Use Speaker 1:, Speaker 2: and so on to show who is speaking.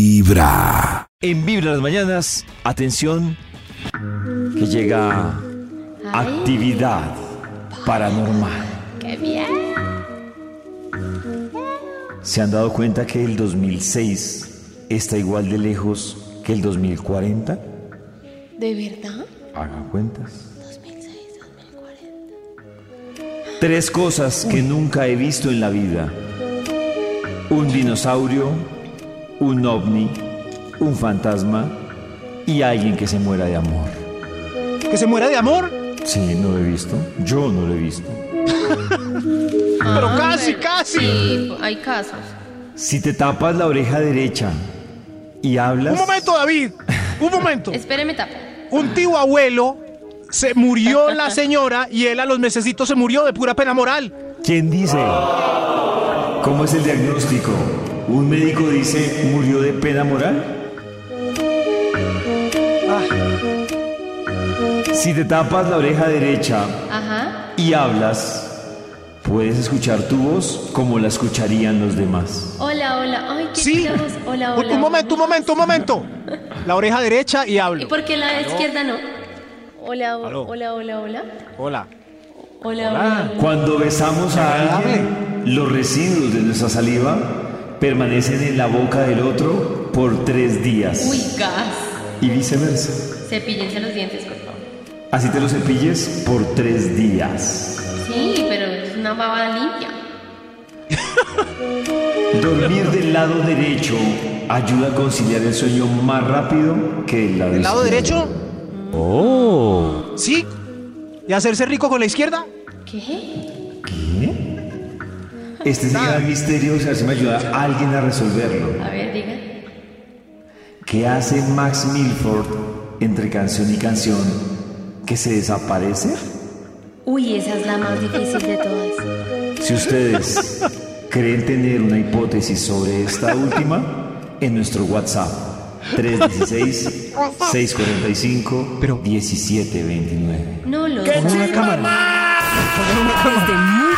Speaker 1: Vibra.
Speaker 2: En Vibra las mañanas, atención, que llega actividad paranormal.
Speaker 3: ¡Qué bien!
Speaker 2: ¿Se han dado cuenta que el 2006 está igual de lejos que el 2040?
Speaker 3: ¿De verdad?
Speaker 2: Hagan cuentas.
Speaker 3: 2006, 2040.
Speaker 2: Tres cosas que nunca he visto en la vida. Un dinosaurio, un ovni, un fantasma y alguien que se muera de amor.
Speaker 4: ¿Que se muera de amor?
Speaker 2: Sí, no lo he visto. Yo no lo he visto.
Speaker 4: Pero casi, casi.
Speaker 3: Ah, Sí, hay casos.
Speaker 2: Si te tapas la oreja derecha y hablas...
Speaker 4: Un momento, David. Un momento.
Speaker 3: Espéreme, tapa.
Speaker 4: Un tío abuelo se murió la señora y él a los mesecitos se murió de pura pena moral.
Speaker 2: ¿Quién dice? ¿Cómo es el diagnóstico? ¿Un médico dice murió de pena moral? Ah. Si te tapas la oreja derecha
Speaker 3: Ajá.
Speaker 2: y hablas, puedes escuchar tu voz como la escucharían los demás.
Speaker 3: Hola, hola. Ay, qué
Speaker 4: Sí.
Speaker 3: chavos. Hola,
Speaker 4: Un-
Speaker 3: hola.
Speaker 4: Un momento, un momento, un momento. La oreja derecha y
Speaker 3: ¿Y
Speaker 4: hablo.
Speaker 3: por qué la izquierda no? Hola,
Speaker 4: Aló.
Speaker 3: ho- hola, hola, hola.
Speaker 4: Hola.
Speaker 3: Hola, hola.
Speaker 2: Cuando besamos a alguien, los residuos de nuestra saliva permanecen en la boca del otro por tres
Speaker 3: Uy,
Speaker 2: días
Speaker 3: gas.
Speaker 2: y viceversa.
Speaker 3: Cepillense los dientes, por favor.
Speaker 2: Así te los cepilles por tres días.
Speaker 3: Sí, pero es una baba limpia.
Speaker 2: Dormir del lado derecho ayuda a conciliar el sueño más rápido que el lado
Speaker 4: ¿El lado
Speaker 2: izquierdo.
Speaker 4: derecho? Oh. Sí. ¿Y hacerse rico con la izquierda?
Speaker 3: ¿Qué?
Speaker 2: ¿Eh? Este es el gran misterio, o sea, si me ayuda a alguien a resolverlo.
Speaker 3: A ver, diga.
Speaker 2: ¿Qué hace Max Milford entre canción y canción? ¿Que se desaparece?
Speaker 3: Uy, esa es la más difícil de todas.
Speaker 2: Si ustedes creen tener una hipótesis sobre esta última, en nuestro WhatsApp 316 645 1729.
Speaker 3: No lo sé.
Speaker 5: Desde muy